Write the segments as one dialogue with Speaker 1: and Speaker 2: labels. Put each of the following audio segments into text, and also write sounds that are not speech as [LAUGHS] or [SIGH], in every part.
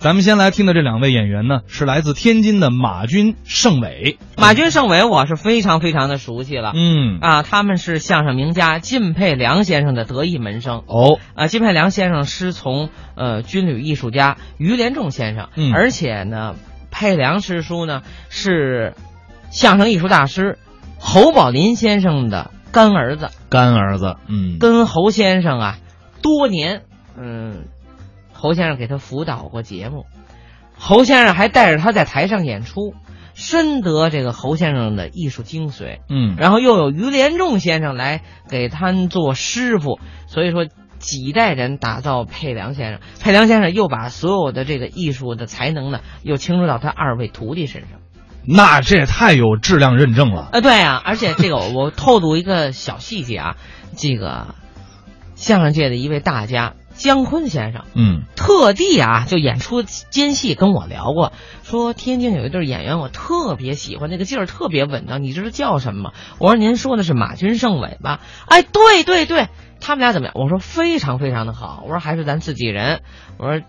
Speaker 1: 咱们先来听的这两位演员呢，是来自天津的马军、盛伟。
Speaker 2: 马军、盛伟，我是非常非常的熟悉了。
Speaker 1: 嗯，
Speaker 2: 啊，他们是相声名家靳佩良先生的得意门生。
Speaker 1: 哦，
Speaker 2: 啊，金佩良先生师从呃军旅艺术家于连仲先生，
Speaker 1: 嗯
Speaker 2: 而且呢，佩良师叔呢是相声艺术大师侯宝林先生的干儿子，
Speaker 1: 干儿子，嗯，
Speaker 2: 跟侯先生啊多年，嗯，侯先生给他辅导过节目，侯先生还带着他在台上演出，深得这个侯先生的艺术精髓。
Speaker 1: 嗯，
Speaker 2: 然后又有于连仲先生来给他做师傅，所以说几代人打造佩良先生。佩良先生又把所有的这个艺术的才能呢，又倾注到他二位徒弟身上。
Speaker 1: 那这也太有质量认证了。
Speaker 2: 啊，对啊，而且这个我透露一个小细节啊，这个相声界的一位大家姜昆先生。
Speaker 1: 嗯，
Speaker 2: 特地啊，就演出间隙跟我聊过，说天津有一对演员，我特别喜欢，那个劲儿特别稳当。你知道叫什么吗？我说您说的是马军盛伟吧？哎，对对对，他们俩怎么样？我说非常非常的好。我说还是咱自己人。我说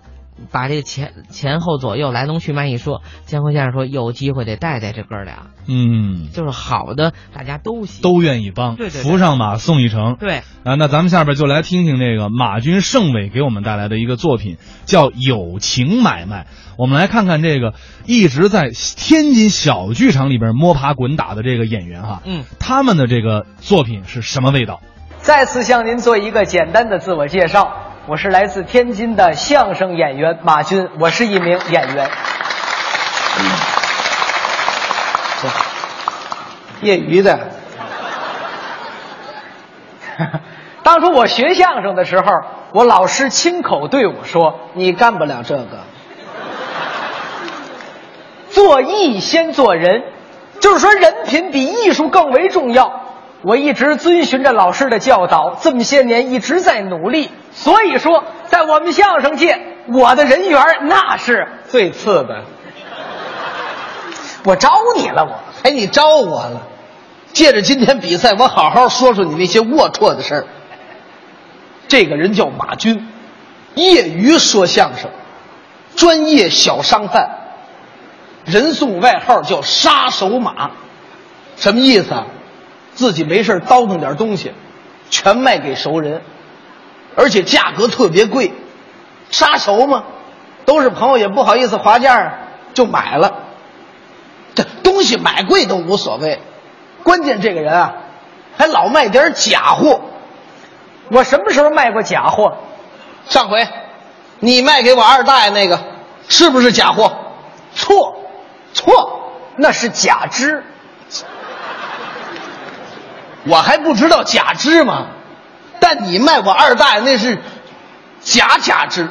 Speaker 2: 把这个前前后左右来龙去脉一说，姜昆先生说有机会得带带这哥俩，
Speaker 1: 嗯，
Speaker 2: 就是好的，大家都喜欢。
Speaker 1: 都愿意帮，
Speaker 2: 对对对
Speaker 1: 扶上马送一程。
Speaker 2: 对，
Speaker 1: 啊，那咱们下边就来听听这个马军盛伟给我们带来的一个作品，叫《友情买卖》。我们来看看这个一直在天津小剧场里边摸爬滚打的这个演员哈，
Speaker 2: 嗯，
Speaker 1: 他们的这个作品是什么味道？
Speaker 3: 再次向您做一个简单的自我介绍，我是来自天津的相声演员马军，我是一名演员，业余的。 [LAUGHS] 当初我学相声的时候，我老师亲口对我说：“你干不了这个，做艺先做人，就是说人品比艺术更为重要。我一直遵循着老师的教导，这么些年一直在努力，所以说在我们相声界，我的人缘那是最次的。 [LAUGHS] 我招你了，我
Speaker 4: 哎，你招我了！借着今天比赛，我好好说说你那些龌龊的事儿。这个人叫马军，业余说相声，专业小商贩，人送外号叫“杀手马”，什么意思啊？自己没事儿倒腾点东西，全卖给熟人，而且价格特别贵，杀熟嘛，都是朋友，也不好意思划价啊，就买了。这东西买贵都无所谓，关键这个人啊，还老卖点假货。
Speaker 3: 我什么时候卖过假货？
Speaker 4: 上回你卖给我二大爷那个，是不是假货？错，错，
Speaker 3: 那是假肢。
Speaker 4: 我还不知道假肢吗？但你卖我二大爷那是假假肢，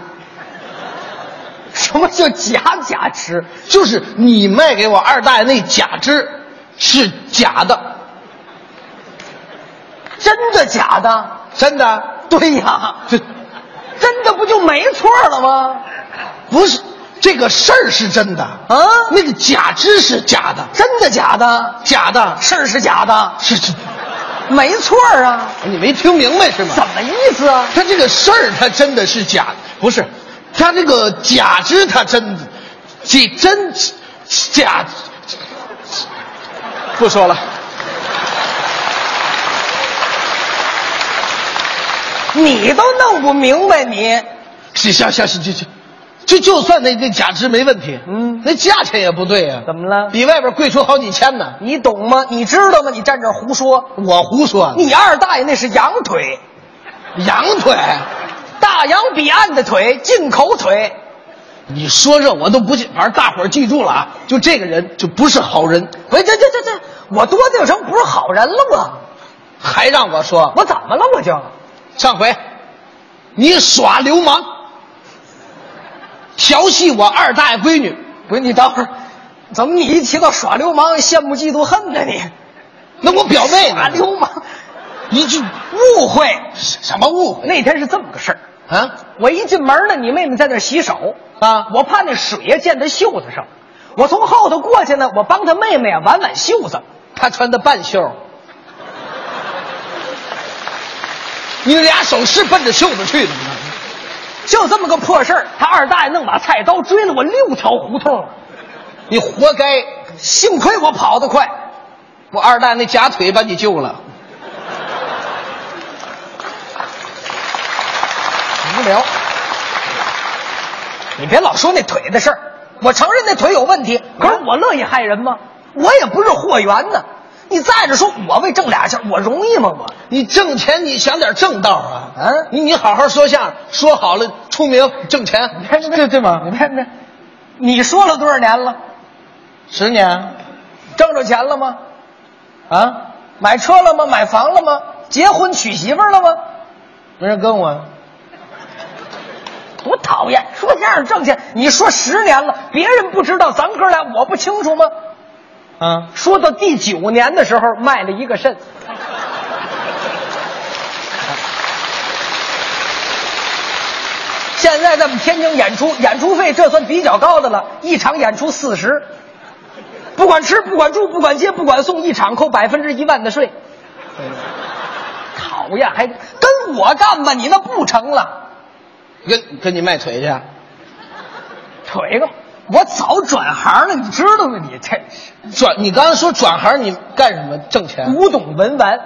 Speaker 3: 什么叫假假肢？
Speaker 4: 就是你卖给我二大爷那假肢是假的，
Speaker 3: 真的假的？
Speaker 4: 真的。
Speaker 3: 对呀，
Speaker 4: 这
Speaker 3: 真的不就没错了吗？
Speaker 4: 不是这个事儿是真的啊，
Speaker 3: 啊，
Speaker 4: 那个假肢是假的，
Speaker 3: 真的假的？
Speaker 4: 假的
Speaker 3: 事儿是假的，
Speaker 4: 是是。
Speaker 3: 没错啊，
Speaker 4: 你没听明白是吗？
Speaker 3: 怎么意思啊？
Speaker 4: 他这个事儿，他真的是假的，不是，他这个假肢，他真，这真假，不说了。
Speaker 3: 你都弄不明白你，
Speaker 4: 行行行行，就就就就算那那假肢没问题，
Speaker 3: 嗯
Speaker 4: 那价钱也不对呀、啊
Speaker 3: 怎么了
Speaker 4: 比外边贵出好几千呢。
Speaker 3: 你懂吗？你知道吗？你站这儿胡说，
Speaker 4: 我胡说，啊
Speaker 3: 你二大爷那是羊腿，
Speaker 4: 羊腿，
Speaker 3: 大洋彼岸的腿，进口腿。
Speaker 4: 你说这我都不信。反正大伙儿记住了啊，就这个人就不是好人，
Speaker 3: 喂，这这这这，我多定成不是好人了
Speaker 4: 还让我说
Speaker 3: 我，我怎么了我就？
Speaker 4: 上回你耍流氓，调戏我二大爷闺女，
Speaker 3: 不是你等会儿，怎么你一提到耍流氓，羡慕嫉妒恨呢你？
Speaker 4: 那我表妹
Speaker 3: 耍
Speaker 4: 呢？
Speaker 3: 流氓，
Speaker 4: 一句
Speaker 3: 误会。
Speaker 4: 什么误会
Speaker 3: 那天是这么个事儿，
Speaker 4: 啊？
Speaker 3: 我一进门呢，你妹妹在那儿洗手
Speaker 4: 啊
Speaker 3: 我怕那水呀溅在袖子上，我从后头过去呢，我帮她妹妹啊挽挽袖子。
Speaker 4: 她穿的半袖，你俩手是奔着袖子去的吗？
Speaker 3: 就这么个破事儿，他二大爷弄把菜刀追了我六条胡同。
Speaker 4: 你活该，幸亏我跑得快，我二蛋那假腿把你救了。
Speaker 3: 无聊。你别老说那腿的事儿，我承认那腿有问题，可是我乐意害人吗？我也不是货源呢。你再者说，我为挣俩钱，我容易吗？我
Speaker 4: 你挣钱，你想点正道啊！
Speaker 3: 啊
Speaker 4: 你你好好说相声，说好了出名挣钱，
Speaker 3: 看对对吗？你看这，你说了多少年了？
Speaker 4: 十年，
Speaker 3: 挣着钱了吗？
Speaker 4: 啊，
Speaker 3: 买车了吗？买房了吗？结婚娶媳妇儿了吗？
Speaker 4: 没人跟我。
Speaker 3: 多讨厌！说相声挣钱，你说十年了，别人不知道，咱哥俩我不清楚吗？
Speaker 4: 啊，
Speaker 3: 说到第九年的时候，卖了一个肾。 [LAUGHS] 现在在我们天津演出，演出费这算比较高的了，一场演出四十，不管吃不管住不管接不管送，一场扣百分之一万的税。讨厌，还跟我干吧，你那不成了。
Speaker 4: 跟跟你卖腿去啊？
Speaker 3: 腿吧，我早转行了，你知道吗？你这是。
Speaker 4: 转，你刚才说转行，你干什么挣钱？
Speaker 3: 古董文玩，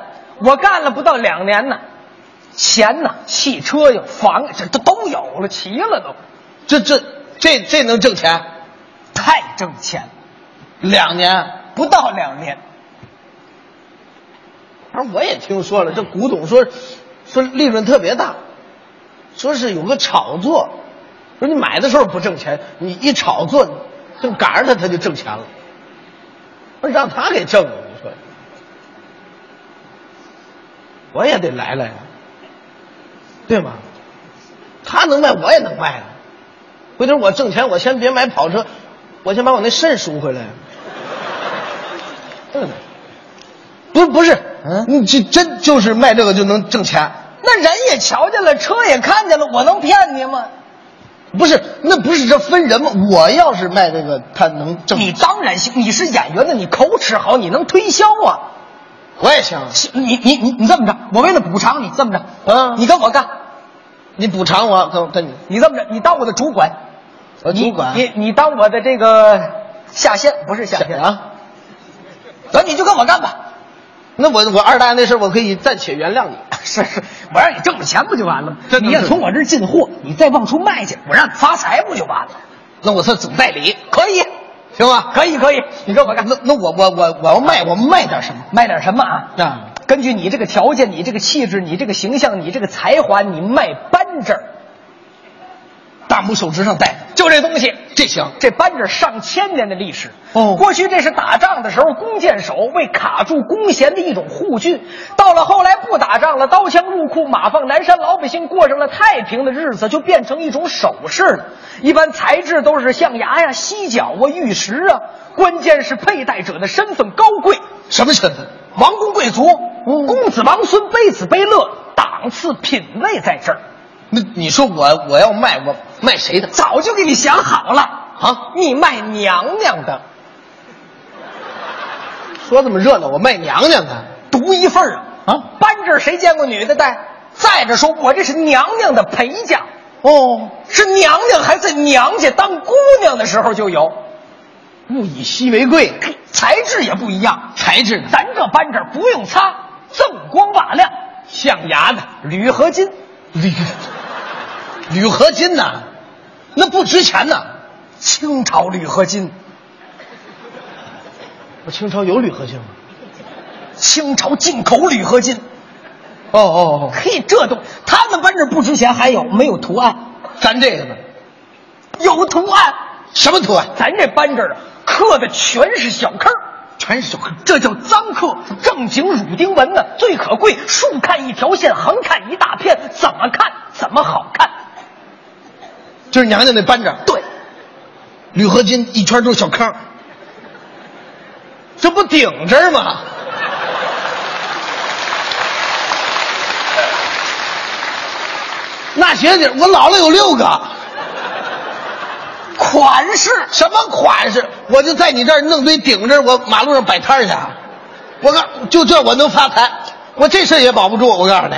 Speaker 3: 我干了不到两年呢，钱呢，汽车呀，房这都都有了，齐了都，
Speaker 4: 这这这这能挣钱？
Speaker 3: 太挣钱了。
Speaker 4: 两年？啊
Speaker 3: 不到两年，
Speaker 4: 反啊正我也听说了，这古董说说利润特别大，说是有个炒作，说你买的时候不挣钱，你一炒作，就赶上他他就挣钱了，不是让他给挣了，你说，我也得来来呀，对吗？他能卖我也能卖啊，回头我挣钱我先别买跑车，我先把我那肾赎回来嗯呀，对吗？不是不是，
Speaker 3: 嗯
Speaker 4: 你这真就是卖这个就能挣钱，
Speaker 3: 那人也瞧见了，车也看见了，我能骗你吗？
Speaker 4: 不是？那不是这分人吗？我要是卖这个，他能挣，
Speaker 3: 你当然行，你是演员的，你口齿好，你能推销啊。
Speaker 4: 我也行啊。
Speaker 3: 是你你你你这么着，我为了补偿你，这么着，
Speaker 4: 嗯
Speaker 3: 你跟我干，
Speaker 4: 你补偿我，跟跟你，
Speaker 3: 你这么着，你当我的主管，
Speaker 4: 我主管
Speaker 3: 你你你当我的这个下线，不是下
Speaker 4: 谁
Speaker 3: 线，
Speaker 4: 啊？
Speaker 3: 得你就跟我干吧。
Speaker 4: 那我我二大爷那事儿我可以暂且原谅你。
Speaker 3: [LAUGHS] 是是，我让你挣着钱不就完了吗？
Speaker 4: 这
Speaker 3: 你也从我这儿进货，你再往出卖去，我让你发财不就完了？
Speaker 4: 那我算总代理，
Speaker 3: 可以，
Speaker 4: 行吗？
Speaker 3: 可以，可以，你跟我干，
Speaker 4: 那那我我我我要卖，我卖点什么？
Speaker 3: 卖点什么啊？
Speaker 4: 啊，
Speaker 3: 根据你这个条件、你这个气质、你这个形象、你这个才华，你卖扳指儿，
Speaker 4: 大拇手指上戴着，
Speaker 3: 就这东西。
Speaker 4: 这行。
Speaker 3: 这扳指上千年的历史
Speaker 4: 哦
Speaker 3: 过去这是打仗的时候弓箭手为卡住弓弦的一种护具。到了后来不打仗了，刀枪入库，马放南山，老百姓过上了太平的日子，就变成一种首饰了。一般材质都是象牙呀、犀角啊、玉石啊，关键是佩戴者的身份高贵，嗯
Speaker 4: 什么身份？
Speaker 3: 王公贵族、公子王孙、卑子卑乐，档次品位在这儿。
Speaker 4: 那你说我我要卖，我卖谁的？
Speaker 3: 早就给你想好了
Speaker 4: 啊！
Speaker 3: 你卖娘娘的。
Speaker 4: 说这么热闹，我卖娘娘的。
Speaker 3: 独一份儿啊！
Speaker 4: 啊
Speaker 3: 扳指谁见过女的戴？再者说，我这是娘娘的陪嫁，
Speaker 4: 哦，
Speaker 3: 是娘娘还在娘家当姑娘的时候就有，
Speaker 4: 物以稀为贵，
Speaker 3: 哎材质也不一样。
Speaker 4: 材质呢？
Speaker 3: 咱这扳指不用擦，锃光瓦亮，
Speaker 4: 象牙的，
Speaker 3: 铝合金， [LAUGHS]
Speaker 4: 铝铝合金呐，那不值钱呐。
Speaker 3: 清朝铝合金，
Speaker 4: 我清朝有铝合金吗？
Speaker 3: 清朝进口铝合金。
Speaker 4: 哦哦
Speaker 3: 嘿，这都他们扳指不值钱，还有没有图案？
Speaker 4: 哦，咱这个呢？
Speaker 3: 有图案，
Speaker 4: 什么图案？
Speaker 3: 咱这扳指啊，刻的全是小坑儿。
Speaker 4: 全是小坑。
Speaker 3: 这叫脏刻，正经乳钉纹呢，最可贵。竖看一条线，横看一大片，怎么看怎么好看。
Speaker 4: 就是娘娘那扳指，
Speaker 3: 对，
Speaker 4: 铝合金一圈都是小坑，这不顶这儿吗？那学姐，我姥姥有六个，
Speaker 3: 款式
Speaker 4: 什么款式？我就在你这儿弄堆顶着，我马路上摆摊儿去。啊我告，就这我能发财，我这事儿也保不住。我告诉你，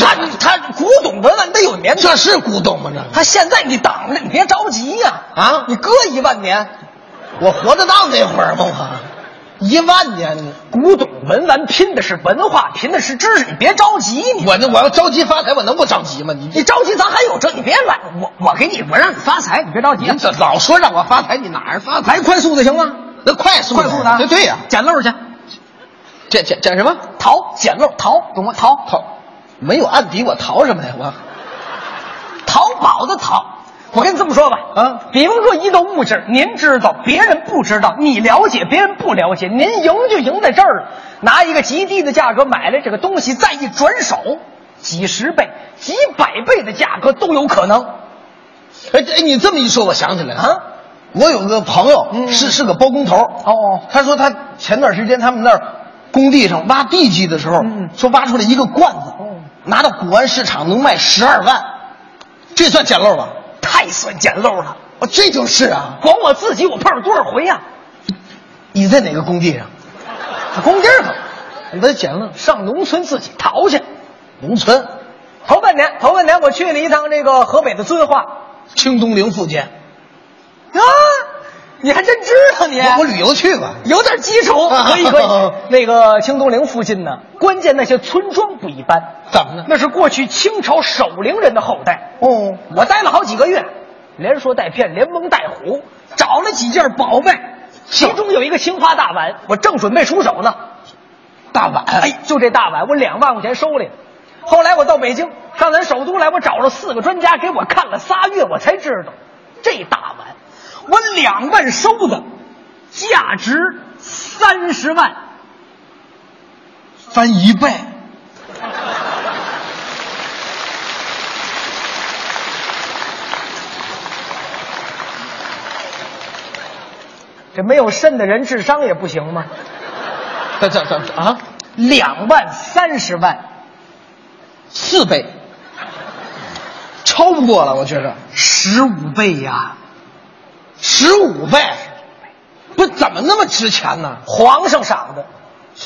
Speaker 3: 他他古董文玩得有年头，
Speaker 4: 这是古董吗？这个
Speaker 3: 他现在你挡着，你别着急呀、
Speaker 4: 啊
Speaker 3: 你搁一万年，
Speaker 4: 我活得到那会儿吗？我一万年呢，
Speaker 3: 古董文玩拼的是文化，拼的是知识，你别着急，你
Speaker 4: 我那我要着急发财，我能不着急吗？你
Speaker 3: 你着急，咱还有这，你别懒，我我给你，我让你发财，你别着急
Speaker 4: 你，这老说让我发财，你哪儿发财？
Speaker 3: 来快速的行吗？
Speaker 4: 那快速
Speaker 3: 快速的，啊
Speaker 4: 对对呀、
Speaker 3: 捡漏去，
Speaker 4: 捡捡捡什么？
Speaker 3: 逃捡漏逃，懂吗？逃
Speaker 4: 逃，没有案底我逃什么呀？我
Speaker 3: 淘宝的淘。我跟你这么说吧，
Speaker 4: 啊
Speaker 3: 比方说一个物件，您知道，别人不知道，你了解，别人不了解，您赢就赢在这儿了。拿一个极低的价格买来这个东西，再一转手，几十倍、几百倍的价格都有可能。
Speaker 4: 哎哎，你这么一说，我想起来了
Speaker 3: 啊。
Speaker 4: 我有个朋友、
Speaker 3: 嗯
Speaker 4: 是是个包工头，
Speaker 3: 哦
Speaker 4: 他说他前段时间他们那儿工地上挖地基的时候，
Speaker 3: 嗯
Speaker 4: 说挖出来一个罐子，
Speaker 3: 哦
Speaker 4: 拿到古玩市场能卖十二万，这算捡漏吧？
Speaker 3: 太算捡漏了！
Speaker 4: 哦，这就是啊！
Speaker 3: 光我自己，我碰上多少回呀、
Speaker 4: 你在哪个工地上？啊
Speaker 3: 工地儿嘛，
Speaker 4: 你把它捡了？
Speaker 3: 上农村自己淘去。
Speaker 4: 农村，
Speaker 3: 头半年，头半年我去了一趟这个河北的遵化，
Speaker 4: 清东陵附近。
Speaker 3: 啊，你还真知道你。
Speaker 4: 我我旅游去过，
Speaker 3: 有点基础，
Speaker 4: 啊
Speaker 3: 可以可以。
Speaker 4: [LAUGHS]
Speaker 3: 那个清东陵附近呢，关键那些村庄不一般，
Speaker 4: 怎么了？
Speaker 3: 那是过去清朝守陵人的后代。
Speaker 4: 哦，
Speaker 3: 我待了好几个月，连说带骗，连蒙带唬，找了几件宝贝，其中有一个青花大碗，我正准备出手呢。
Speaker 4: 大碗。
Speaker 3: 哎，就这大碗，我两万块钱收来了。后来我到北京，上咱首都来，我找了四个专家给我看了仨月，我才知道，这大碗我两万收的，价值三十万。
Speaker 4: 翻一倍。
Speaker 3: 这没有肾的人智商也不行吗？
Speaker 4: [LAUGHS] 这这这啊，
Speaker 3: 两万三十万，
Speaker 4: 四倍，超不过了，我觉着
Speaker 3: 十五倍呀、
Speaker 4: 十五倍，不是怎么那么值钱呢？
Speaker 3: 皇上赏的，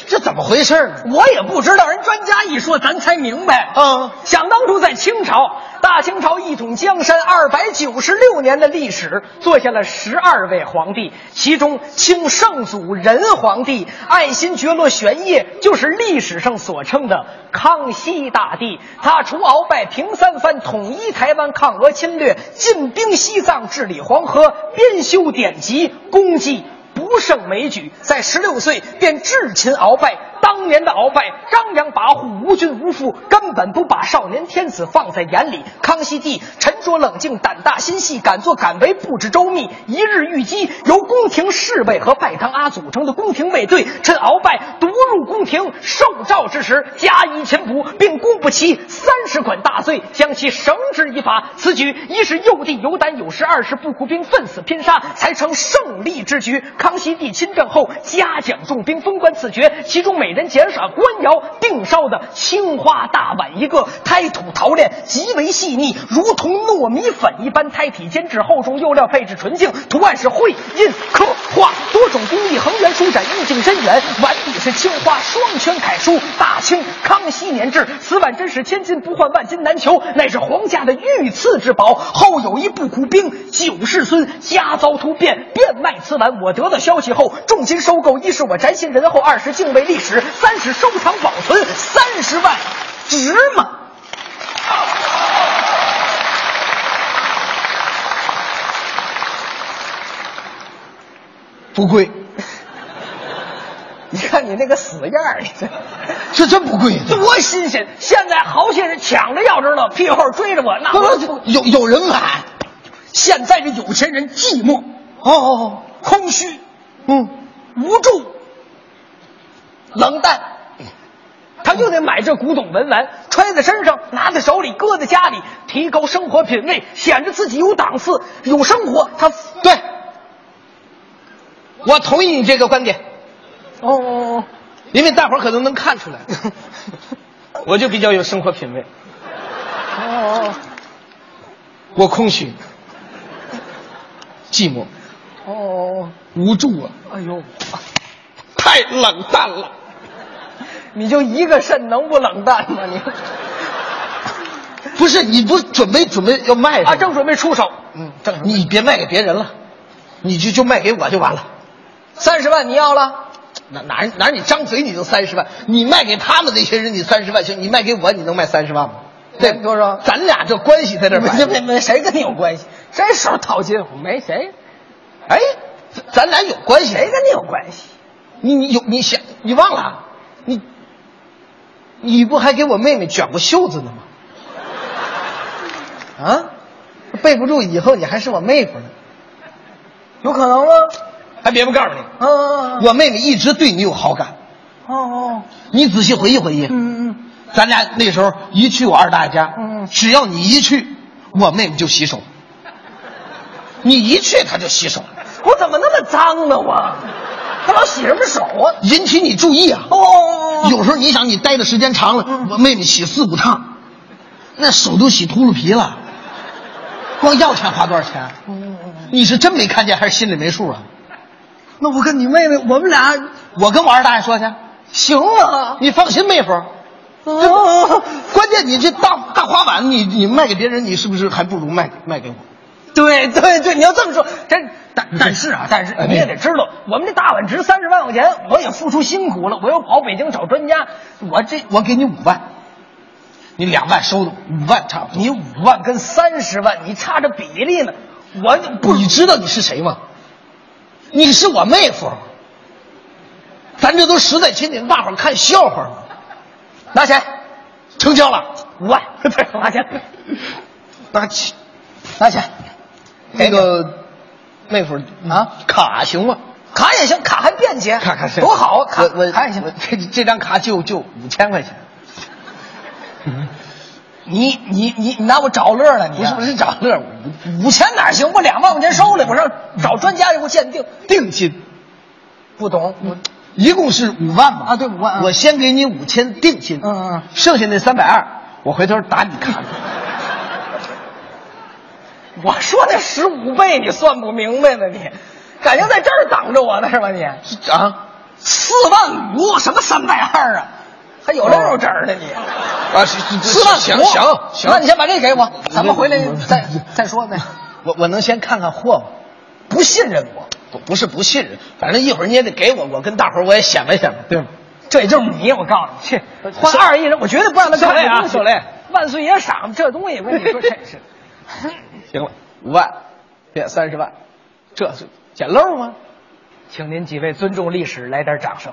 Speaker 4: 这怎么回事呢？
Speaker 3: 我也不知道，人专家一说，咱才明白。
Speaker 4: 嗯
Speaker 3: 想当初在清朝，大清朝一统江山二百九十六年的历史，坐下了十二位皇帝，其中清圣祖仁皇帝爱新觉罗玄烨就是历史上所称的康熙大帝。他除鳌拜、平三藩、统一台湾、抗俄侵略、进兵西藏、治理黄河、编修典籍、功绩不胜枚举，在十六岁便智擒鳌拜。当年的鳌拜张扬跋扈、无君无父，根本不把少年天子放在眼里。康熙帝沉着冷静、胆大心细、敢作敢为，布置周密，一日御机，由宫廷侍卫和拜堂阿组成的宫廷卫队，趁鳌拜独入宫廷受诏之时，加以擒捕，并公布其三十管大罪，将其绳之以法。此举一是幼帝有胆有识，二是不服兵奋死拼杀，才成胜利之局。康熙帝亲政后，嘉奖重兵，封官赐爵，其中每人奖赏官窑定烧的青花大碗一个，胎土陶炼极为细腻，如同糯米粉一般，胎体坚质厚重，釉料配置纯净，图案是绘印刻画多种工艺，横圆舒展，意境深远。碗底是青花双圈楷书“大清康熙年制”，此碗真是千金不换，万金难求，乃是皇家的御赐之宝。后有一部苦兵九世孙家遭突变，变卖此碗。我得到消息后，重金收购，一是我宅心仁厚，二是敬畏历史，三是收藏保存，三十万，值吗？
Speaker 4: 不贵，
Speaker 3: [LAUGHS] 你看你那个死样儿，你这。
Speaker 4: [LAUGHS] 这真不贵。啊这
Speaker 3: 多新鲜！现在好些人抢着要知道，屁后追着我，那
Speaker 4: 不
Speaker 3: 我
Speaker 4: 不不，有有人买。
Speaker 3: 现在这有钱人寂寞、
Speaker 4: 哦哦
Speaker 3: 空虚、
Speaker 4: 哦，嗯，
Speaker 3: 无助、冷淡，他就得买这古董文玩，揣在身上，拿在手里，搁在家里，提高生活品味，显得自己有档次、有生活。他
Speaker 4: 对，我同意你这个观点，
Speaker 3: 哦，
Speaker 4: 因为大伙儿可能能看
Speaker 3: [LAUGHS]
Speaker 4: 出来，我就比较有生活品味。
Speaker 3: 哦
Speaker 4: 我空虚、寂寞、
Speaker 3: 哦，
Speaker 4: 无助啊，
Speaker 3: 哎呦，
Speaker 4: 太冷淡了。 [LAUGHS]
Speaker 3: 你就一个肾能不冷淡吗？你不是，你不准备准备要卖
Speaker 2: 啊，正准备出手，
Speaker 3: 嗯，正你别卖给别人了，你就就卖给我就完了。
Speaker 2: 三十万你要了，
Speaker 3: 哪哪哪你张嘴你就三十万，你卖给他们那些人你三十万行，你卖给我你能卖三十万吗？对，
Speaker 2: 多少
Speaker 3: 咱俩这关系在这儿摆
Speaker 2: 没没
Speaker 3: 着。
Speaker 2: 没，谁跟你有关系？谁手套金虎？没谁，
Speaker 3: 哎，咱俩有关系？
Speaker 2: 谁跟你有关系？
Speaker 3: 你你有你想你忘了？你你不还给我妹妹卷过袖子呢吗？啊，备不住以后你还是我妹夫呢。
Speaker 2: 有可能吗？
Speaker 3: 还别不告诉你，
Speaker 2: 嗯嗯嗯
Speaker 3: 我妹妹一直对你有好感。
Speaker 2: 哦哦，
Speaker 3: 你仔细回忆回忆，
Speaker 2: 嗯嗯
Speaker 3: 咱俩那时候一去我二大爷家，
Speaker 2: 嗯嗯
Speaker 3: 只要你一去，我妹妹就洗手。你一去她就洗手，
Speaker 2: 嗯，我怎么那么脏呢？我，他老洗什么手啊？
Speaker 3: 引起你注意啊。
Speaker 2: 哦哦哦，嗯
Speaker 3: 有时候你想你待的时间长了，我妹妹洗四五趟，那手都洗秃噜皮了。光药钱花多少钱？
Speaker 2: 嗯
Speaker 3: 你是真没看见还是心里没数啊？那我跟你妹妹，我们俩，我跟我二大爷说去，
Speaker 2: 行啊，
Speaker 3: 你放心，妹夫。
Speaker 2: 哦，
Speaker 3: 关键你这大大花碗，你你卖给别人，你是不是还不如卖卖给我？
Speaker 2: 对对对，你要这么说，但但但是啊，但是
Speaker 3: 哎
Speaker 2: 你也得知道，我们这大碗值三十万块钱，我也付出辛苦了，我又跑北京找专家，我这
Speaker 3: 我给你五万，你两万收的，五万差不多。
Speaker 2: 你五万跟三十万，你差着比例呢，我就不
Speaker 3: 不，你知道你是谁吗？你是我妹夫，咱这都实在亲戚，大伙儿看笑话呢。
Speaker 2: 拿钱
Speaker 3: 成交了，
Speaker 2: 五万，对，拿钱，
Speaker 3: 拿起
Speaker 2: 拿钱，哎
Speaker 3: 那个妹夫
Speaker 2: 啊，
Speaker 3: 卡行吗？
Speaker 2: 卡也行，卡还便捷，
Speaker 3: 卡卡是
Speaker 2: 多好啊，卡
Speaker 3: 我我
Speaker 2: 卡也行
Speaker 3: 我，这这张卡就就五千块钱，
Speaker 2: 你你你你拿我找乐呢，你啊
Speaker 3: 不是不是找乐儿，
Speaker 2: 五千哪行？我两万块钱收来，我让找专家给我鉴定，
Speaker 3: 定金。
Speaker 2: 不懂我。
Speaker 3: 嗯一共是五万嘛？
Speaker 2: 啊对五万啊
Speaker 3: 我先给你五千定金，
Speaker 2: 嗯嗯嗯
Speaker 3: 剩下那三百二，我回头打你卡里。
Speaker 2: [LAUGHS] 我说那十五倍你算不明白呢，你感情在这儿挡着我呢是吧你？
Speaker 3: 啊
Speaker 2: 四万五什么三百二啊？还有这种整儿呢你？
Speaker 3: 啊，行
Speaker 2: 四万五
Speaker 3: 行行行，
Speaker 2: 那你先把这给我，咱们回来再再说呗。
Speaker 3: 我我能先看看货吗？
Speaker 2: 不信任我，
Speaker 3: 不不是不信任，反正一会儿你也得给我，我跟大伙儿我也显摆显摆，对吗？呃
Speaker 2: 这就是你，我告诉你，去花二亿人，我绝对不让他
Speaker 3: 小
Speaker 2: 看
Speaker 3: 磊
Speaker 2: 这
Speaker 3: 啊
Speaker 2: 东西
Speaker 3: 小磊，
Speaker 2: 万岁爷赏这东西，我跟你说真是。
Speaker 3: [LAUGHS] 行了，五万变三十万，这是捡漏吗？
Speaker 2: 请您几位尊重历史，来点掌声。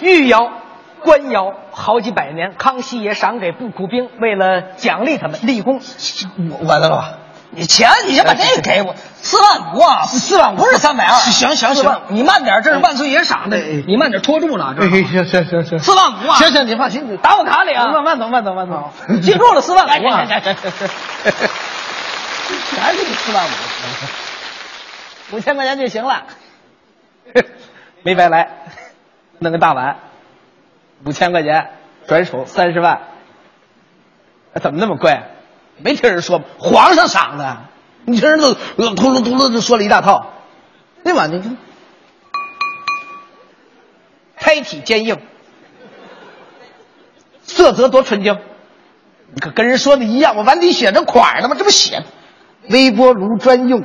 Speaker 2: 御窑、官窑好几百年，康熙爷赏给不苦兵，为了奖励他们立功。
Speaker 3: 我我的了吧？
Speaker 2: 你钱，你先把这个给我，四万五啊，四万五不是三百二。
Speaker 3: 行行行
Speaker 2: 四万五你慢点，这是万岁爷赏的
Speaker 3: 哎哎，
Speaker 2: 你慢点拖住了啊，这
Speaker 3: 行行行行
Speaker 2: 四万五啊。
Speaker 3: 行行，你放心，你
Speaker 2: 打我卡里啊！
Speaker 3: 慢慢走慢走慢哎走，
Speaker 2: 你记住了，四万五啊！
Speaker 3: 哎
Speaker 2: [LAUGHS]
Speaker 3: 还是你四万五，
Speaker 2: 五千块钱就行了。
Speaker 3: [LAUGHS] 没白来，弄个大碗，五千块钱，转手三十万，哎怎么那么贵？没听人说吗？皇上赏的，啊你听人都呃秃噜秃噜就说了一大套，那碗你看，胎体坚硬，色泽多纯净，你可跟人说的一样，我碗底写着款儿呢吗？这不写的，微波炉专用。